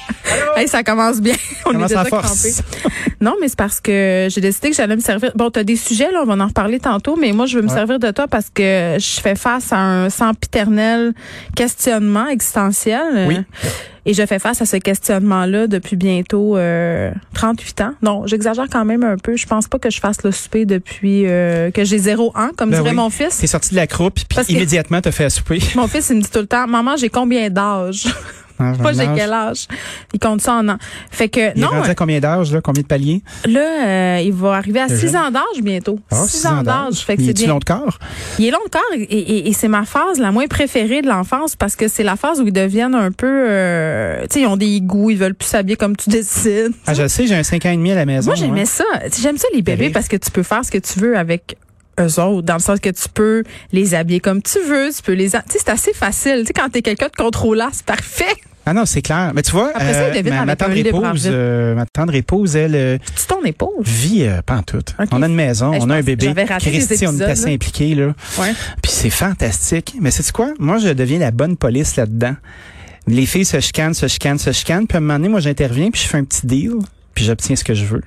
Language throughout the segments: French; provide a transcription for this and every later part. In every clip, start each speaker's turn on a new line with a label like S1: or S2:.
S1: Hey, ça commence bien. On
S2: Commence
S1: est déjà
S2: à force.
S1: crampés. Non, mais c'est parce que j'ai décidé que j'allais me servir. Bon, t'as des sujets, là, on va en reparler tantôt, mais moi, je veux me servir de toi parce que je fais face à un sempiternel questionnement existentiel.
S2: Oui.
S1: Euh, Et je fais face à ce questionnement-là depuis bientôt euh, 38 ans. Non, j'exagère quand même un peu. Je pense pas que je fasse le souper depuis euh, que j'ai zéro ans, comme
S2: Ben
S1: dirait
S2: oui.
S1: mon fils.
S2: T'es sorti de la croupe, puis
S1: Parce que-
S2: immédiatement, t'as fait à souper.
S1: Mon fils, il me dit tout le temps, maman, j'ai combien d'âge? Pas j'ai quel âge. Il compte ça en ans. Fait que,
S2: Il est
S1: non,
S2: rendu à combien d'âge, là? Combien de paliers?
S1: là, euh, il va arriver à
S2: Le
S1: 6
S2: jeune.
S1: ans d'âge bientôt.
S2: Ah,
S1: 6 ans d'âge. Fait que
S2: Il
S1: c'est
S2: est-tu
S1: bien.
S2: long de corps?
S1: Il est long encore et, et- et c'est ma phase la moins préférée de l'enfance parce que c'est la phase où ils deviennent un peu, euh, tu sais, ils ont des goûts, ils veulent plus s'habiller comme tu décides.
S2: Ah, je le sais, j'ai un 5 ans et demi à la maison.
S1: Moi, j'aimais
S2: hein.
S1: ça. Tu sais, J'aime ça les bébés
S2: Arrive.
S1: parce que tu peux faire ce que tu veux avec eux autres, dans le sens que tu peux les habiller comme tu veux, tu peux les... a- Tu sais, c'est assez facile. Tu sais, quand t'es quelqu'un de contrôlant, c'est parfait.
S2: Ah non, c'est clair. Mais tu vois, euh,
S1: Après ça, il devine
S2: ma,
S1: avec
S2: ma
S1: un
S2: tendre
S1: lit de
S2: épouse,
S1: Braville.
S2: euh, ma tendre épouse, elle euh,
S1: Tu ton épaule.
S2: vit euh, pas en tout.
S1: Ok.
S2: On a une maison,
S1: Eh, je
S2: on a un
S1: pense que
S2: bébé.
S1: j'avais raté les
S2: Christy, on est
S1: épisodes,
S2: assez
S1: là.
S2: impliqués, là.
S1: Ouais.
S2: Puis c'est fantastique. Mais c'est quoi? Moi, je deviens la bonne police là-dedans. Les filles se chicanent, se chicanent, se chicanent. Puis à un moment donné, moi, j'interviens, puis je fais un petit deal, puis j'obtiens ce que je veux.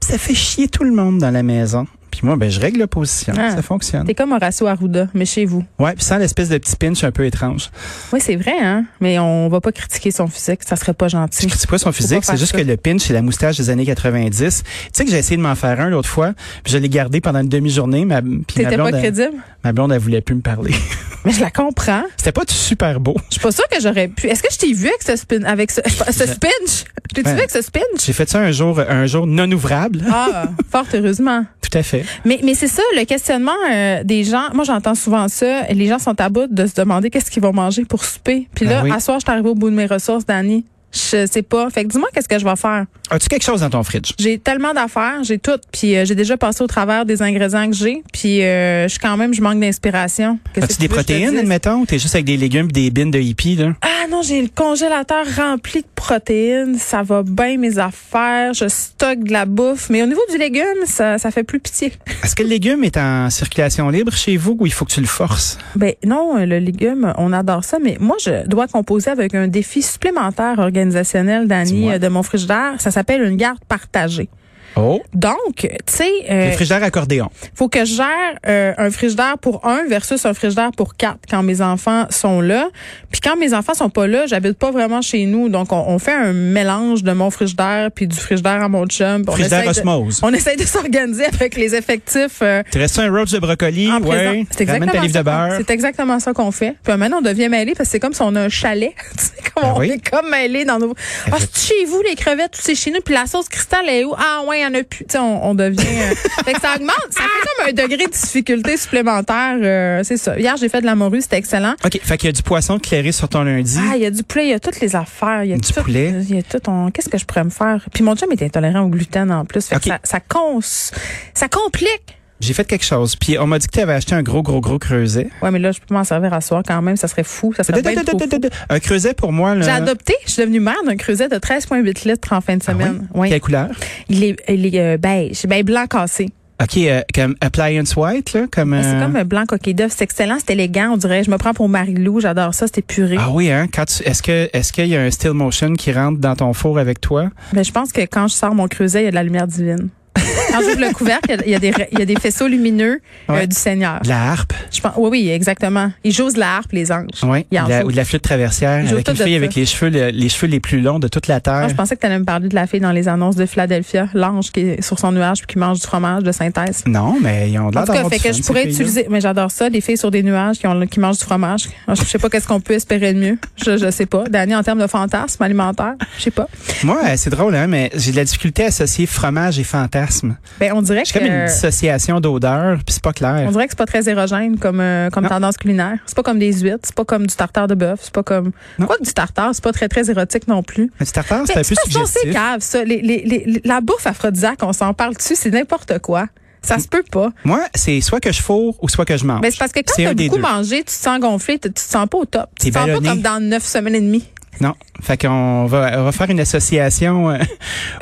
S2: Puis ça fait chier tout le monde dans la maison. Puis moi, ben, je règle la position.
S1: Ah.
S2: Ça fonctionne.
S1: T'es comme Horacio Arruda, mais chez vous.
S2: Ouais, puis sans l'espèce de petit pinch un peu étrange.
S1: Oui, c'est vrai, hein. Mais on va pas critiquer son physique, ça serait pas
S2: Je
S1: gentil.
S2: critique pas son physique,
S1: faire
S2: c'est juste
S1: ça.
S2: que le pinch et la moustache des années 90. Tu sais que j'ai essayé de m'en faire un l'autre fois, puis je l'ai gardé pendant une demi-journée, ma, puis ma
S1: T'étais pas
S2: blonde, elle,
S1: crédible?
S2: ma blonde, elle voulait plus me parler.
S1: Mais je la comprends.
S2: C'était pas super beau.
S1: Je suis pas sûre que j'aurais pu. Est-ce que je t'ai vu avec ce spin, avec ce, ce spinch? Je T'ai-tu
S2: Ben.
S1: vu avec ce spinch?
S2: J'ai fait ça un jour, un jour non ouvrable.
S1: Ah, fort heureusement.
S2: Tout à fait.
S1: Mais, mais c'est ça, le questionnement euh, des gens. Moi, j'entends souvent ça. Les gens sont à bout de se demander qu'est-ce qu'ils vont manger pour souper. Puis là,
S2: Ah oui.
S1: à soir, je suis arrivée au bout de mes ressources, Dani. Je sais pas. Fait que dis-moi qu'est-ce que je vais faire.
S2: As-tu quelque chose dans ton fridge?
S1: J'ai tellement d'affaires, j'ai tout, puis euh, j'ai déjà passé au travers des ingrédients que j'ai, puis euh, je quand même je manque d'inspiration. Qu'est-ce que
S2: As-tu des
S1: veux que je te
S2: protéines,
S1: dise?
S2: admettons, ou t'es juste avec des légumes pis des bines de hippie, là?
S1: Ah non, j'ai le congélateur rempli de protéines, ça va bien mes affaires, je stocke de la bouffe, mais au niveau du légume, ça ça fait plus pitié.
S2: Est-ce que le légume est en circulation libre chez vous ou il faut que tu le forces?
S1: Ben non, le légume, on adore ça, mais moi je dois composer avec un défi supplémentaire organisationnel Dani
S2: Dis-moi.
S1: euh, de mon frigidaire, ça s'appelle une garde partagée.
S2: Oh.
S1: Donc, tu sais euh,
S2: Le frigidaire accordéon.
S1: faut que je gère euh, un frigidaire pour un versus un frigidaire pour quatre quand mes enfants sont là. Puis quand mes enfants sont pas là, j'habite pas vraiment chez nous. Donc, on, on fait un mélange de mon frigidaire puis du frigidaire à mon chum. Puis on
S2: Frigidaire
S1: essaie de-
S2: osmose.
S1: On essaie de s'organiser avec les effectifs euh,
S2: Tu restes un roast de brocoli,
S1: en
S2: ouais.
S1: présent. C'est
S2: Ramène
S1: exactement,
S2: ta livre de
S1: ça qu'on-
S2: beurre.
S1: c'est exactement ça qu'on fait. Puis maintenant, on devient mêlé parce que c'est comme si on a un chalet. Tu sais, comme
S2: Ah
S1: on
S2: oui.
S1: est comme mêlé dans nos... Ah, c'est chez vous, les crevettes, tout c'est chez nous. Puis la sauce cristal est où? Ah ouais, il y en a plus. Tu sais, on, on devient... euh, fait que ça augmente. Ça fait comme un degré de difficulté supplémentaire. euh, c'est ça. Hier, j'ai fait de la morue. C'était excellent.
S2: OK, fait qu'il y a du poisson clairé sur ton lundi.
S1: Ah, il y a du poulet, il y a toutes les affaires. Il y a
S2: Hein? Du
S1: tout,
S2: poulet.
S1: Il y a tout. on- Qu'est-ce que je pourrais me faire? Puis mon chum est intolérant au gluten en plus. Fait que
S2: Ok.
S1: ça, ça, cons- ça complique.
S2: J'ai fait quelque chose. Puis on m'a dit que tu avais acheté un gros, gros, gros creuset.
S1: Ouais, mais là, je peux m'en servir à soir quand même. Ça serait fou. Ça serait bien trop fou.
S2: Un creuset pour moi,
S1: J'ai
S2: là.
S1: adopté, je suis devenue mère d'un creuset de 13,8 litres en fin de
S2: Euh. Ah oui?
S1: semaine. Oui.
S2: Quelle couleur?
S1: Il est, il est euh, beige, ben blanc cassé.
S2: OK, euh, comme appliance white, là, comme...
S1: Mais C'est
S2: euh,
S1: comme un blanc coquille d'œuf. C'est excellent, c'est élégant, on dirait. Je me prends pour Marie-Lou, j'adore ça, c'était puré.
S2: Ah oui, hein? Quand tu- Est-ce que est-ce qu'il y a un still motion qui rentre dans ton four avec toi?
S1: Ben, je pense que quand je sors mon creuset, il y a de la lumière divine. Quand j'ouvre le couvercle, il y a- il y, a des, il y a des faisceaux lumineux euh,
S2: Ouais.
S1: du Seigneur.
S2: De la harpe?
S1: Je pense, oui, oui, exactement. Ils jouent de la harpe, les anges.
S2: Oui.
S1: Il y en faut.
S2: ou de la flûte traversière
S1: Il joue
S2: avec
S1: tout
S2: une
S1: de
S2: fille
S1: ça.
S2: avec les cheveux, le- les cheveux les plus longs de toute la
S1: Ah,
S2: Terre.
S1: je pensais que tu allais me parler de la fille dans les annonces de Philadelphia, l'ange qui est sur son nuage puis qui mange du fromage de synthèse.
S2: Non, mais ils ont de
S1: En
S2: l'air
S1: tout cas,
S2: d'avoir
S1: fait
S2: du
S1: que
S2: fun,
S1: je
S2: ces
S1: pourrais
S2: filles-là.
S1: utiliser, mais j'adore ça, les filles sur des nuages qui, ont, qui mangent du fromage. Alors, Je sais pas qu'est-ce qu'on peut espérer de mieux. Je, je sais pas. Dani, en termes de fantasme alimentaire, je sais pas.
S2: Moi, euh, c'est drôle, hein, mais j'ai de la difficulté à associer fromage et fantasme. fantasme.
S1: Ben, on dirait
S2: C'est comme une
S1: que
S2: dissociation d'odeur, puis c'est pas clair.
S1: on dirait que c'est pas très érogène comme euh, comme
S2: Non.
S1: tendance culinaire. C'est pas comme des huîtres, c'est pas comme du tartare de bœuf, c'est pas comme
S2: Non.
S1: quoi que du tartare, c'est pas très très érotique non plus.
S2: Mais du tartare, c'est
S1: Mais
S2: un
S1: de
S2: peu
S1: toute façon, c'est
S2: suggestif.
S1: cave, ça. Les- les- les- la bouffe aphrodisiaque, on s'en parle dessus, c'est n'importe quoi. Ça se peut pas.
S2: Moi, c'est soit que je fourre ou soit que je mange.
S1: Mais c'est parce que quand
S2: C'est
S1: t'as
S2: un des
S1: beaucoup
S2: deux.
S1: mangé, tu te sens gonflé, tu tu te sens pas au top. Tu
S2: T'es
S1: te sens
S2: ballonné.
S1: pas comme dans neuf semaines et demie.
S2: Non. Fait qu'on va, on va faire une association euh,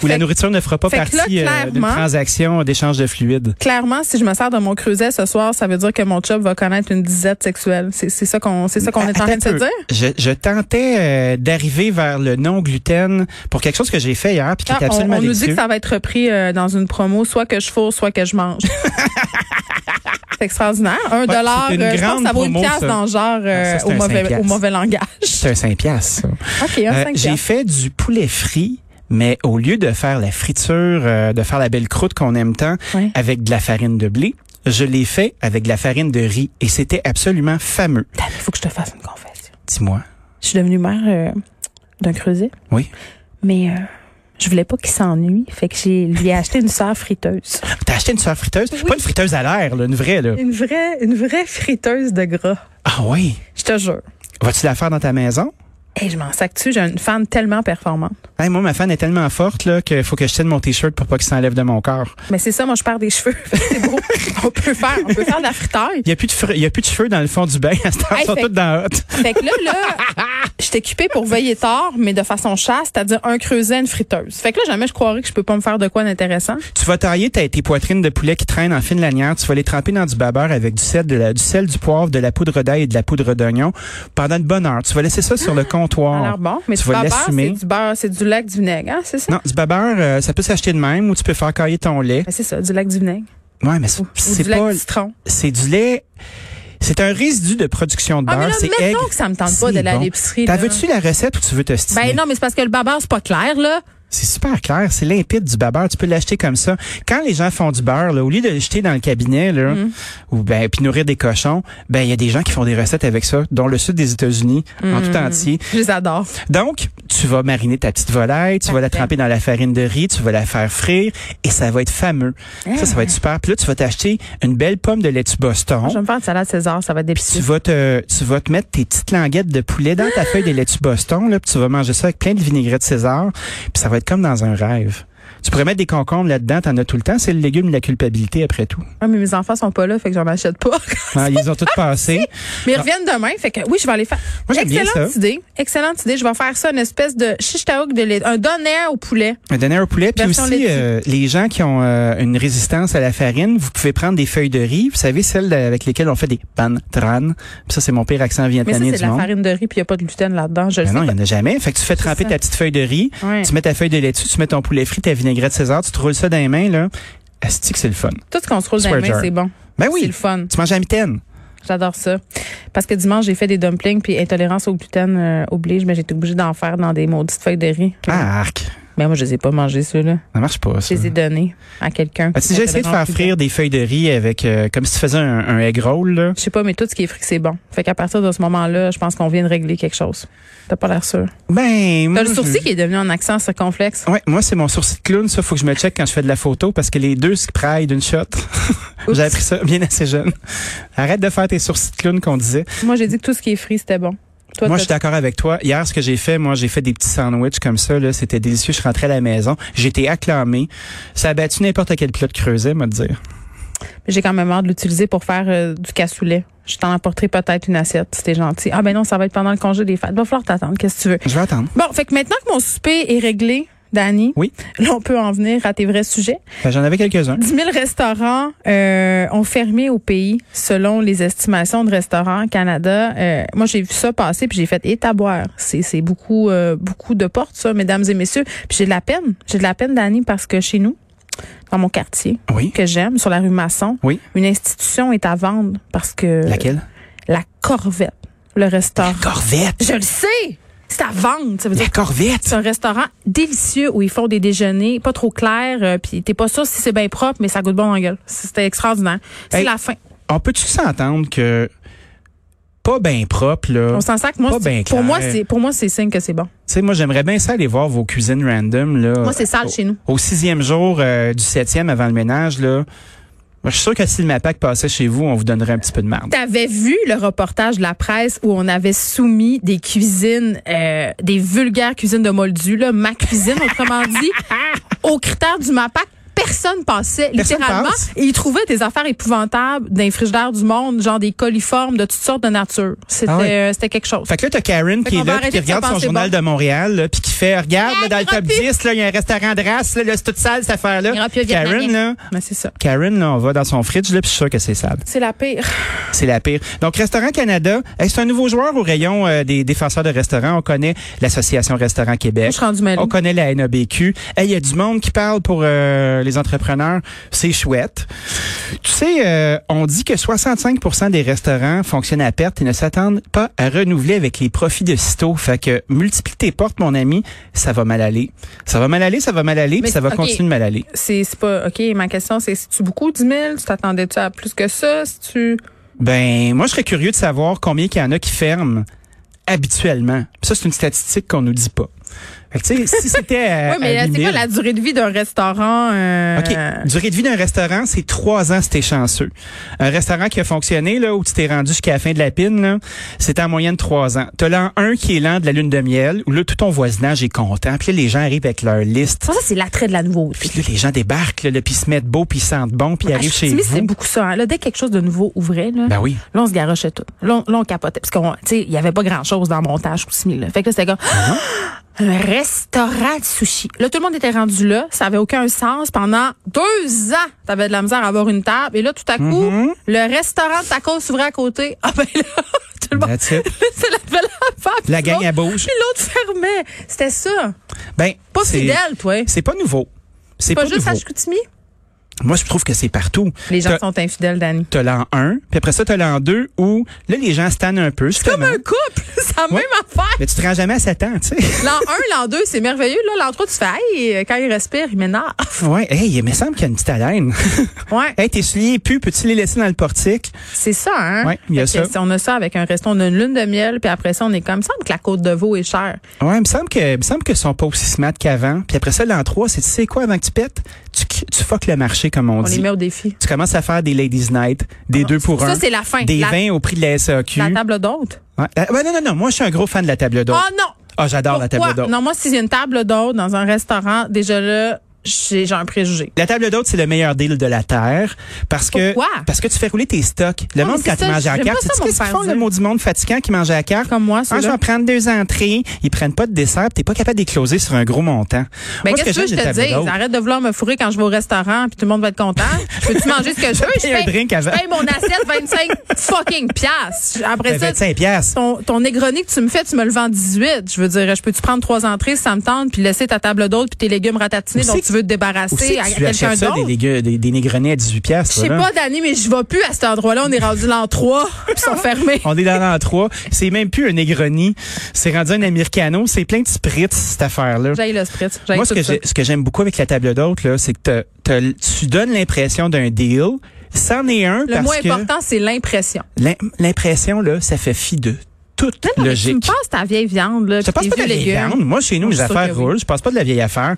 S2: où la
S1: que-
S2: nourriture ne fera pas
S1: fait que là,
S2: partie euh, d'une
S1: clairement-
S2: transaction d'échange de fluides.
S1: Clairement, si je me sers de mon creuset ce soir, ça veut dire que mon chum va connaître une disette sexuelle. C'est c'est ça qu'on c'est ça qu'on est en
S2: Ben,
S1: train
S2: Attends
S1: de se
S2: un peu.
S1: dire.
S2: Je, je tentais euh, d'arriver vers le non-gluten pour quelque chose que j'ai fait hier puis qui
S1: Ah,
S2: était
S1: on,
S2: absolument
S1: on nous dit
S2: délicieux.
S1: que ça va être repris euh, dans une promo, soit que je fourre, soit que je mange. c'est extraordinaire. Un dollar,
S2: c'est une
S1: euh, je pense que ça
S2: grande
S1: vaut une
S2: promo,
S1: pièce
S2: ça.
S1: dans le genre euh,
S2: Ah, ça, c'est
S1: au,
S2: un cinq
S1: mauvais,
S2: piastres.
S1: au mauvais langage.
S2: C'est un 5 piastres. ça.
S1: OK, un
S2: Euh,
S1: cinq
S2: j'ai
S1: piastres.
S2: fait du poulet frit, mais au lieu de faire la friture, euh, de faire la belle croûte qu'on aime tant,
S1: Ouais.
S2: avec de la farine de blé, je l'ai fait avec de la farine de riz et c'était absolument fameux.
S1: Attends, Il faut que je te fasse une confession.
S2: Dis-moi.
S1: Je suis devenue mère euh, d'un creuset.
S2: Oui.
S1: Mais euh, je voulais pas qu'il s'ennuie. Fait que j'ai lui ai acheté une sœur friteuse.
S2: T'as acheté une soeur friteuse? Pas une friteuse à l'air, là, une vraie, là.
S1: Une vraie, une vraie friteuse de gras.
S2: Ah oui.
S1: Je te jure.
S2: Vas-tu la faire dans ta maison?
S1: Et je m'en sac dessus. J'ai une femme tellement performante.
S2: Hey, moi, ma fan est tellement forte là qu'il faut que je tienne mon t-shirt pour pas qu'il s'enlève de mon corps.
S1: Mais c'est ça, moi, je perds des cheveux. C'est beau. on peut faire, on peut faire de la fritaille.
S2: Il y a plus de fre- il y a plus de cheveux dans le fond du bain. Elles
S1: Hey,
S2: sont
S1: fait-
S2: toutes dans la hotte.
S1: Fait que là, là, j'étais occupée pour veiller tard, mais de façon chasse, c'est-à-dire un creuset, une friteuse. Fait que là, jamais je croirais que je peux pas me faire de quoi d'intéressant.
S2: Tu vas tailler ta- tes poitrines de poulet qui traînent en fine lanière. Tu vas les tremper dans du babeur avec du sel, de la- du sel, du poivre, de la poudre d'ail et de la poudre d'oignon pendant une bonne heure. Tu vas laisser ça sur le comptoir.
S1: Alors bon, mais
S2: tu
S1: du
S2: vas
S1: beurre, c'est
S2: l'assumer.
S1: du beurre, c'est du lac, du vinaigre, hein, c'est ça?
S2: Non, du babeur, euh, ça peut s'acheter de même ou tu peux faire cailler ton lait.
S1: Mais Ben, c'est ça, du lac du vinaigre.
S2: Ouais, mais c'est
S1: Ou, ou
S2: c'est
S1: du lac
S2: pas,
S1: du citron.
S2: c'est du lait. C'est un résidu de production de
S1: Ah, mais
S2: beurre.
S1: là,
S2: C'est
S1: mettons
S2: aigre.
S1: que ça me tente pas
S2: C'est
S1: d'aller à
S2: bon.
S1: l'épicerie,
S2: T'as
S1: là.
S2: veux-tu la recette ou tu veux te stimuler?
S1: Ben non, mais c'est parce que le babar, c'est pas clair, là.
S2: C'est super clair, c'est limpide du babeur, tu peux l'acheter comme ça. Quand les gens font du beurre, là, au lieu de le jeter dans le cabinet, là, ou ben puis nourrir des cochons, ben il y a des gens qui font des recettes avec ça, dont le sud des États-Unis en tout entier.
S1: Je les adore.
S2: Donc, tu vas mariner ta petite volaille, tu vas la tremper dans la farine de riz, tu vas la faire frire et ça va être fameux. Ça, ça va être super. Puis là, tu vas t'acheter une belle pomme de laitue Boston.
S1: Je vais me faire une salade César, ça va être
S2: Puis tu
S1: délicieux.
S2: vas te tu vas te mettre tes petites languettes de poulet dans ta feuille de laitue Boston là, puis tu vas manger ça avec plein de vinaigrette César, puis ça va être comme dans un rêve. Tu pourrais mettre des concombres là-dedans, t'en as tout le temps, c'est le légume de la culpabilité après tout.
S1: Ah, mais mes enfants sont pas là, fait que j'en achète pas.
S2: Hein, ils ont tout
S1: Ah,
S2: passé.
S1: mais ils reviennent demain, fait que oui, je vais aller faire.
S2: Moi, j'aime bien
S1: Excellente
S2: ça.
S1: idée. Excellente idée. Je vais faire ça, une espèce de shishtaouk de lait, un doner au poulet.
S2: Un donner au poulet puis
S1: Version
S2: aussi
S1: laitue.
S2: euh, les gens qui ont euh, une résistance à la farine, vous pouvez prendre des feuilles de riz, vous savez celles avec lesquelles on fait des pan tran. Puis ça c'est mon pire accent
S1: Mais ça,
S2: vietnamien
S1: c'est de
S2: du
S1: la
S2: monde.
S1: farine de riz, puis il n'y a pas de gluten là-dedans. Je le
S2: Ben
S1: sais.
S2: non, il n'y en a jamais. Fait que tu fais tremper ta petite feuille de riz,
S1: Ouais.
S2: tu mets ta feuille de laitue, tu mets ton poulet frit, ta vinaigrette César, tu te roules ça dans les mains, là. Asti que c'est le fun.
S1: Tout ce qu'on se roule dans les
S2: Swear
S1: mains,
S2: jar.
S1: c'est bon.
S2: Ben
S1: C'est
S2: oui,
S1: le fun.
S2: tu manges à mitaine.
S1: J'adore ça. Parce que dimanche, j'ai fait des dumplings, puis intolérance au gluten euh, oblige, mais j'ai été obligée d'en faire dans des maudites feuilles de riz.
S2: Ah, arc.
S1: Mais moi, je les ai pas mangés, ceux-là.
S2: Ça marche pas,
S1: Je
S2: ça.
S1: les ai donnés à quelqu'un.
S2: As-tu déjà Ah, essayé de faire
S1: Intolérance au gluten.
S2: frire des feuilles de riz avec, euh, comme si tu faisais un, un egg roll, là?
S1: Je sais pas, mais tout ce qui est frit, c'est bon. Fait qu'à partir de ce moment-là, je pense qu'on vient de régler quelque chose. T'as pas l'air sûr.
S2: Ben, moi,
S1: T'as le sourcil
S2: je-
S1: qui est devenu un accent circonflexe.
S2: Ouais, moi, c'est mon sourcil de clown, ça. Faut que je me check quand je fais de la photo parce que les deux se praillent d'une shot. J'ai appris ça bien assez jeune. Arrête de faire tes sourcils de clown qu'on disait.
S1: Moi, j'ai dit que tout ce qui est frit, c'était bon. Toi,
S2: moi, je
S1: t'as-
S2: suis d'accord avec toi. Hier, ce que j'ai fait, moi, j'ai fait des petits sandwichs comme ça. Là, c'était délicieux. Je rentrais à la maison. J'étais acclamé. Ça a battu n'importe quel plat de creuset, moi, de dire.
S1: j'ai quand même hâte de l'utiliser pour faire euh, du cassoulet. Je t'en apporterai peut-être une assiette si t'es gentil. Ah ben non, ça va être pendant le congé des fêtes. Va falloir t'attendre. Qu'est-ce que tu veux?
S2: Je vais attendre.
S1: Bon, fait que maintenant que mon souper est réglé, Dani,
S2: Oui.
S1: là, on peut en venir à tes vrais sujets.
S2: Ben, J'en avais quelques-uns.
S1: 10 000 restaurants euh, ont fermé au pays, selon les estimations de Restaurants Canada. Euh, moi, j'ai vu ça passer, puis j'ai fait étaboire. C'est c'est beaucoup, euh, beaucoup de portes, ça, mesdames et messieurs. Puis j'ai de la peine. J'ai de la peine, Dani, parce que chez nous, dans mon quartier,
S2: Oui.
S1: que j'aime, sur la rue Masson,
S2: Oui.
S1: une institution est à vendre parce que...
S2: Laquelle?
S1: La Corvette, le restaurant.
S2: Corvette.
S1: Euh, ah. Je le sais! C'est à vendre, ça veut dire
S2: La Corvette.
S1: c'est un restaurant délicieux où ils font des déjeuners pas trop clairs, euh, puis t'es pas sûr si c'est bien propre, mais ça goûte bon dans la gueule. C'était extraordinaire. C'est
S2: Hey.
S1: la fin.
S2: On peut-tu s'entendre que pas bien propre, là.
S1: On s'en sac. Moi,
S2: Pas
S1: c'est-
S2: ben
S1: pour moi,
S2: clair.
S1: c'est pour moi, c'est signe que c'est bon.
S2: Tu sais, moi, j'aimerais bien ça aller voir vos cuisines random, là.
S1: Moi, c'est sale
S2: Au-
S1: chez nous.
S2: Au sixième jour euh, du septième avant le ménage, là. Moi, je suis sûr que si le MAPAC passait chez vous, on vous donnerait un petit peu de marde.
S1: T'avais vu le reportage de la presse où on avait soumis des cuisines, euh, des vulgaires cuisines de Moldu, là, ma cuisine, autrement dit, aux critères du MAPAC. Personne passait,
S2: Personne
S1: littéralement.
S2: passe.
S1: Et ils trouvaient des affaires épouvantables d'un frigidaire du monde, genre des coliformes de toutes sortes de nature. C'était
S2: Ah oui.
S1: euh, c'était quelque chose.
S2: Fait que là, t'as Karen
S1: Fait
S2: qui
S1: qu'on
S2: est
S1: va
S2: là, puis
S1: arrêter
S2: qui
S1: de se
S2: regarde son
S1: penser
S2: journal
S1: bon.
S2: de Montréal, là, puis qui fait Regarde,
S1: Ah,
S2: là, dans le
S1: il ira
S2: top
S1: plus.
S2: 10, là, il y a un restaurant de race, là, là, c'est toute sale, cette affaire-là.
S1: Il ira plus au
S2: Karen,
S1: Vietnamien.
S2: là.
S1: Mais c'est ça.
S2: Karen, là, on va dans son fridge, là, puis je suis sûr que c'est sale.
S1: C'est la pire.
S2: C'est la pire. Donc, Restaurant Canada, hey, c'est un nouveau joueur au rayon euh, des défenseurs de restaurants. On connaît l'Association Restaurant Québec.
S1: Je suis rendue mêlée.
S2: On connaît la NABQ. Hey, Il y a du monde qui parle pour euh, les entrepreneurs. C'est chouette. Tu sais, euh, on dit que 65 des restaurants fonctionnent à perte et ne s'attendent pas à renouveler avec les profits de sitôt. Fait que multiplie tes portes, mon ami, ça va mal aller. Ça va mal aller, ça va mal aller, puis ça va
S1: ok.
S2: continuer de mal aller.
S1: C'est c'est pas, OK, ma question, c'est si tu beaucoup 10 000, tu t'attendais-tu à plus que ça? Si tu.
S2: Ben, moi, je serais curieux de savoir combien il y en a qui ferment habituellement. Puis Ça, c'est une statistique qu'on nous dit pas. Fait que, tu sais, si c'était à,
S1: oui, mais
S2: Euh, à
S1: là, c'est
S2: 8
S1: quoi
S2: 000,
S1: la durée de vie d'un restaurant? euh,
S2: OK. Durée de vie d'un restaurant, c'est trois ans si t'es chanceux. Un restaurant qui a fonctionné, là, où tu t'es rendu jusqu'à la fin de la pine, là, c'est en moyenne trois ans. T'as l'an un qui est l'an de la lune de miel, où là, tout ton voisinage est content. Puis là, les gens arrivent avec leur liste.
S1: Ça, c'est l'attrait de la nouveauté.
S2: Puis là, les gens débarquent, là, là, puis ils se mettent beaux, puis ils sentent bon, puis ils
S1: À
S2: arrivent chez
S1: Chicoutimi, c'est
S2: vous.
S1: beaucoup ça. hein. Là, dès que quelque chose de nouveau ouvrait, là,
S2: Ben oui.
S1: là on se garochait tout. Là, on, là, on capotait. Parce qu'on, tu sais, il y avait pas grand-chose dans le montage ou similaire. Fait que là, c'était comme...
S2: Mhm.
S1: Un restaurant de sushi. Là, tout le monde était rendu là. Ça avait aucun sens. Pendant deux ans, t'avais de la misère à avoir une table. Et là, tout à coup,
S2: Mhm.
S1: le restaurant de tacos s'ouvrait à côté. Ah ben là, tout le monde...
S2: That's it.
S1: c'est la belle affaire. Puis
S2: La gang,
S1: l'autre-
S2: elle bouge.
S1: Puis l'autre fermait. C'était ça.
S2: Ben,
S1: Pas
S2: c'est-
S1: fidèle, toi.
S2: C'est pas nouveau. C'est
S1: Pas,
S2: pas,
S1: juste à
S2: nouveau.
S1: Chicoutimi.
S2: Moi, je trouve que c'est partout.
S1: Les gens
S2: T'as-
S1: sont infidèles, Danny.
S2: T'as l'an 1, puis après ça, t'as l'an 2 où là, les gens stannent un peu.
S1: C'est comme
S2: justement.
S1: un couple. C'est la
S2: Ouais.
S1: même affaire.
S2: Mais tu te rends jamais à 7 ans, tu sais.
S1: L'an 1, l'an 2, c'est merveilleux. Là, l'an 3, tu fais, hey, quand il respire, il m'énerve.
S2: ouais, hey, il me semble qu'il y a une petite haleine.
S1: Ouais.
S2: hey, tes souliers puent, peux-tu les laisser dans le portique?
S1: C'est ça, hein?
S2: Ouais, il y a
S1: Fait que
S2: ça.
S1: si On a ça avec un resto, on a une lune de miel, puis après ça, on est comme, ça semble que la côte de veau est chère.
S2: Ouais, il me semble que, il me semble qu'ils sont pas aussi smart qu'avant. Puis après ça, l'an 3, c'est, tu sais quoi, avant que tu pètes? Tu, tu fuck le marché, comme on,
S1: On
S2: dit.
S1: les met au défi.
S2: Tu commences à faire des ladies night, des deux pour
S1: ça,
S2: un.
S1: c'est la fin.
S2: Des
S1: La-
S2: vins au prix de la SAQ.
S1: La table d'hôte?
S2: Ouais. Ah, ouais, non, non, non. Moi, je suis un gros fan de la table d'eau.
S1: Ah non!
S2: Ah, j'adore la
S1: Pourquoi?
S2: table d'eau.
S1: Non, moi, si j'ai une table d'hôte dans un restaurant, déjà là, j'ai j'ai un préjugé.
S2: La table d'hôte, c'est le meilleur deal de la Terre parce que
S1: Pourquoi?
S2: parce que tu fais rouler tes stocks. Le
S1: Non,
S2: monde
S1: mais c'est
S2: quand
S1: ça,
S2: il mange à la
S1: j'aime
S2: carte,
S1: pas ça,
S2: c'est
S1: mon
S2: qu'est-ce qu'ils
S1: faire
S2: font le
S1: dire.
S2: maudit monde fatigant qui mange à la carte
S1: Comme moi,
S2: Ah, je
S1: ceux-là.
S2: vais prendre deux entrées, ils prennent pas de dessert, puis t'es pas capable d'écloser sur un gros montant.
S1: Mais
S2: Moi,
S1: Ben,
S2: ce
S1: qu'est-ce que je
S2: j'aime
S1: te
S2: des tables
S1: dis?
S2: d'hôtes-
S1: Arrête de vouloir me fourrer quand je vais au restaurant, puis tout le monde va être content. Je peux-tu manger ce que je veux? Je
S2: paye un drink avant.
S1: je paye mon assiette 25 fucking piastres. Après
S2: Ben,
S1: ça,
S2: 25 piastres.
S1: ton, ton Negroni que tu me fais, tu me le vends 18. Je veux dire, je peux-tu prendre trois entrées si ça me tente, puis laisser ta table d'hôte, puis tes légumes ratatinés
S2: Où
S1: dont
S2: c'est
S1: tu veux te
S2: Où c'est
S1: débarrasser
S2: que
S1: à
S2: tu
S1: quelqu'un
S2: achètes ça, des,
S1: d'autre?
S2: légumes, des, des négrenets à 18 piastres,
S1: Je sais
S2: là?
S1: pas, Danny, mais je vais plus à cet endroit-là. On est rendu l'an 3, puis ils sont fermés.
S2: On est dans l'an 3. C'est même plus un Negroni. C'est rendu un Americano. C'est plein de spritz, cette affaire-là.
S1: J'aille le spritz. j'haïs
S2: Moi, ce
S1: Ben, tout ça.
S2: que, j'ai- ce que j'aime beaucoup avec la table d'hôte, là, c'est que t'as- t'as- tu donnes l'impression d'un deal. C'en est un
S1: Le
S2: parce
S1: moins
S2: que
S1: important, c'est l'impression.
S2: l'im- l'impression, là, ça fait fi de toute
S1: Non, mais Tu me
S2: logique.
S1: passes ta vieille viande, là,
S2: Je te
S1: puis tes
S2: passe pas de
S1: vieux
S2: la vieille
S1: légumes.
S2: viande. Moi, chez nous,
S1: Moi,
S2: mes
S1: je suis
S2: affaires
S1: sûre que oui.
S2: roulent. Je passe pas de la vieille affaire.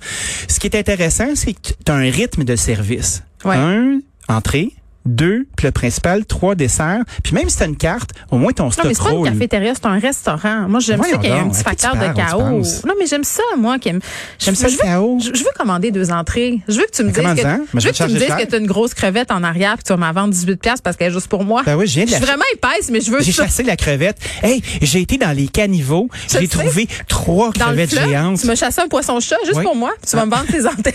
S2: Ce qui est intéressant, c'est que tu as un rythme de service.
S1: Ouais.
S2: Un, entrée. Deux, puis le principal, trois desserts. Puis même si t'as une carte, au moins ton
S1: Non,
S2: stock
S1: mais c'est pas une
S2: roule.
S1: cafétéria, c'est un restaurant. Moi, j'aime ça
S2: Voyons
S1: qu'il y ait un
S2: donc,
S1: petit
S2: à qui tu
S1: facteur de
S2: parles,
S1: chaos.
S2: tu penses?
S1: Non, mais j'aime ça, moi. qui aime-
S2: J'aime ça,
S1: je
S2: le
S1: veux-
S2: chaos.
S1: Je, je veux commander deux entrées. Je veux que tu me
S2: Mais
S1: dises que,
S2: commande-en. Mais
S1: je
S2: je
S1: veux
S2: vais
S1: que tu me
S2: charger
S1: dises
S2: cher.
S1: que t'as une grosse crevette en arrière puis tu vas m'en vendre 18 piastres parce qu'elle est juste pour moi.
S2: Ben oui, je viens de
S1: suis
S2: la-
S1: vraiment épaisse, mais je veux
S2: J'ai
S1: ça.
S2: chassé la crevette. Hey, j'ai été dans les caniveaux.
S1: Je
S2: J'ai
S1: sais.
S2: trouvé trois
S1: Dans le
S2: crevettes
S1: fleuve,
S2: géantes.
S1: tu m'as chassé un poisson-chat juste
S2: Oui.
S1: pour moi. puis Tu vas me vendre tes antennes.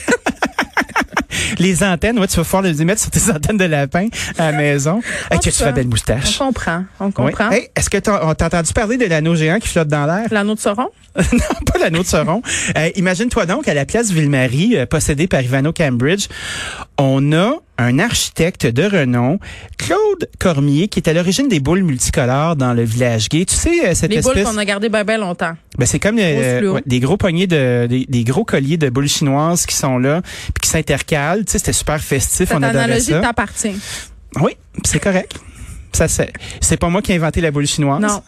S2: Les antennes, ouais, tu vas pouvoir les mettre sur tes antennes de lapin à la maison. hey, tu as-tu la belle moustache?
S1: On comprend. On
S2: Oui.
S1: comprend.
S2: Hey, Est-ce que t'as on t'a entendu parler de l'anneau géant qui flotte dans l'air?
S1: L'anneau de Sauron?
S2: non, pas l'anneau de Sauron. Euh, Imagine-toi donc à la place Ville-Marie, euh, possédée par Ivano Cambridge, on a un architecte de renom, Claude Cormier, qui est à l'origine des boules multicolores dans le village gay. Tu sais, euh, cette
S1: Les boules
S2: espèce...
S1: qu'on a gardées bien, bien longtemps.
S2: Ben, c'est comme euh,
S1: fluo.
S2: ouais, des gros poignées de des, des gros colliers de boules chinoises qui sont là puis qui s'intercalent. Tu sais, c'était super festif,
S1: Cette
S2: on adorait
S1: analogie
S2: ça.
S1: t'appartient.
S2: Oui, puis c'est correct. Ça, c'est, c'est pas moi qui ai inventé la boule chinoise.
S1: Non.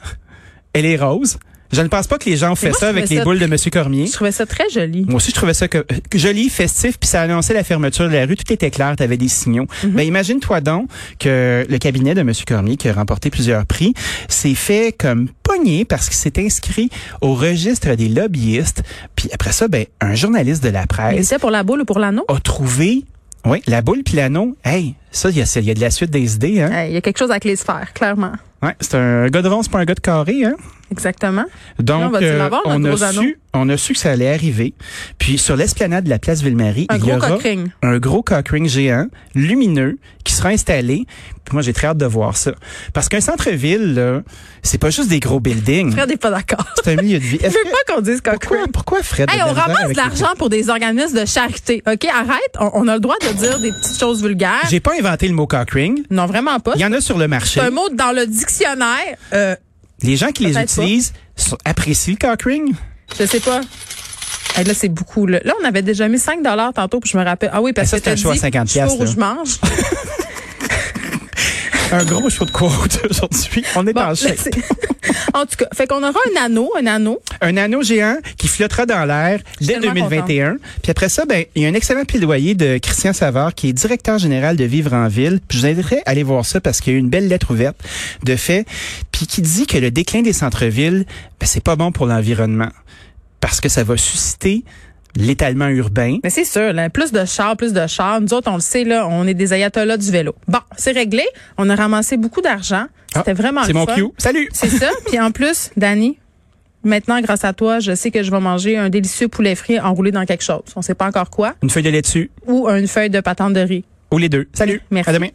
S2: Elle est rose. Je ne pense pas que les gens ont fait
S1: moi, je
S2: ça avec
S1: trouvais
S2: les
S1: ça
S2: boules de Monsieur Cormier.
S1: Je trouvais ça très joli.
S2: Moi aussi, je trouvais ça que, que joli, festif, puis ça annonçait la fermeture de la rue. Tout était clair, t'avais des signaux.
S1: Mhm.
S2: Ben, imagine-toi donc que le cabinet de M. Cormier, qui a remporté plusieurs prix, s'est fait comme pogné parce qu'il s'est inscrit au registre des lobbyistes. Puis après ça, ben, un journaliste de la
S1: Mais
S2: presse
S1: C'était pour la boule ou pour l'anneau?
S2: a trouvé, oui, la boule puis l'anneau. Hey, ça, il y a, il y a de la suite des idées, hein?
S1: Euh, Il y a quelque chose avec les sphères, clairement.
S2: Ouais, c'est un gars de rond, c'est pas un gars de carré, hein?
S1: Exactement. Là, on
S2: Donc,
S1: va dire
S2: euh,
S1: l'avoir, notre
S2: on, a
S1: gros anneau.
S2: su, on a su que ça allait arriver. Puis, sur l'esplanade de la place Ville-Marie,
S1: Un
S2: il y
S1: gros
S2: aura
S1: cockring.
S2: un gros cockring géant, lumineux, qui sera installé. Puis moi, j'ai très hâte de voir ça. Parce qu'un centre-ville, là, c'est pas juste des gros buildings.
S1: Fred n'est pas d'accord.
S2: C'est un milieu de vie.
S1: Je
S2: Est-ce
S1: veux
S2: que-
S1: pas qu'on dise
S2: pourquoi,
S1: cockring.
S2: pourquoi Fred? a
S1: Hey,
S2: de
S1: on
S2: la misère
S1: ramasse de
S2: avec les-
S1: l'argent pour des organismes de charité. OK, arrête. On, on a le droit de dire des petites choses vulgaires.
S2: J'ai pas inventé le mot cockring.
S1: Non, vraiment pas.
S2: Il y en a sur le marché.
S1: C'est un mot dans le dictionnaire. Euh,
S2: Les gens qui les
S1: Peut-être pas.
S2: utilisent sont- apprécient le cockring.
S1: je sais pas. Hey, là, c'est beaucoup. Là. Là, on avait déjà mis 5 tantôt, puis je me rappelle. Ah oui, parce
S2: Ça,
S1: que
S2: c'est un
S1: t'as
S2: choix à
S1: dit,
S2: 50
S1: je cours
S2: piastres,
S1: où je mange.
S2: Un gros show de côte aujourd'hui. On est
S1: Bon,
S2: en
S1: là,
S2: shape.
S1: c'est- en tout cas, fait qu'on aura un anneau, un anneau.
S2: un anneau géant qui flottera dans l'air dès
S1: tellement
S2: 2021. Puis après ça, ben, il y a un excellent plaidoyer de Christian Savard, qui est directeur général de Vivre en Ville. Puis je vous inviterai à aller voir ça parce qu'il y a eu une belle lettre ouverte de fait, puis qui dit que le déclin des centres-villes, ben, c'est pas bon pour l'environnement parce que ça va susciter l'étalement urbain.
S1: Mais c'est sûr, là, plus de chars, plus de chars. Nous autres, on le sait, là, on est des ayatollahs du vélo. Bon, c'est réglé. On a ramassé beaucoup d'argent. C'était
S2: Ah,
S1: vraiment
S2: C'est
S1: le
S2: mon
S1: fun.
S2: cue. Salut!
S1: C'est ça. Puis en plus, Dani, maintenant, grâce à toi, je sais que je vais manger un délicieux poulet frit enroulé dans quelque chose. On sait pas encore quoi.
S2: Une feuille de laitue
S1: Ou une feuille de patente de riz.
S2: ou les deux. Salut!
S1: Merci.
S2: À demain.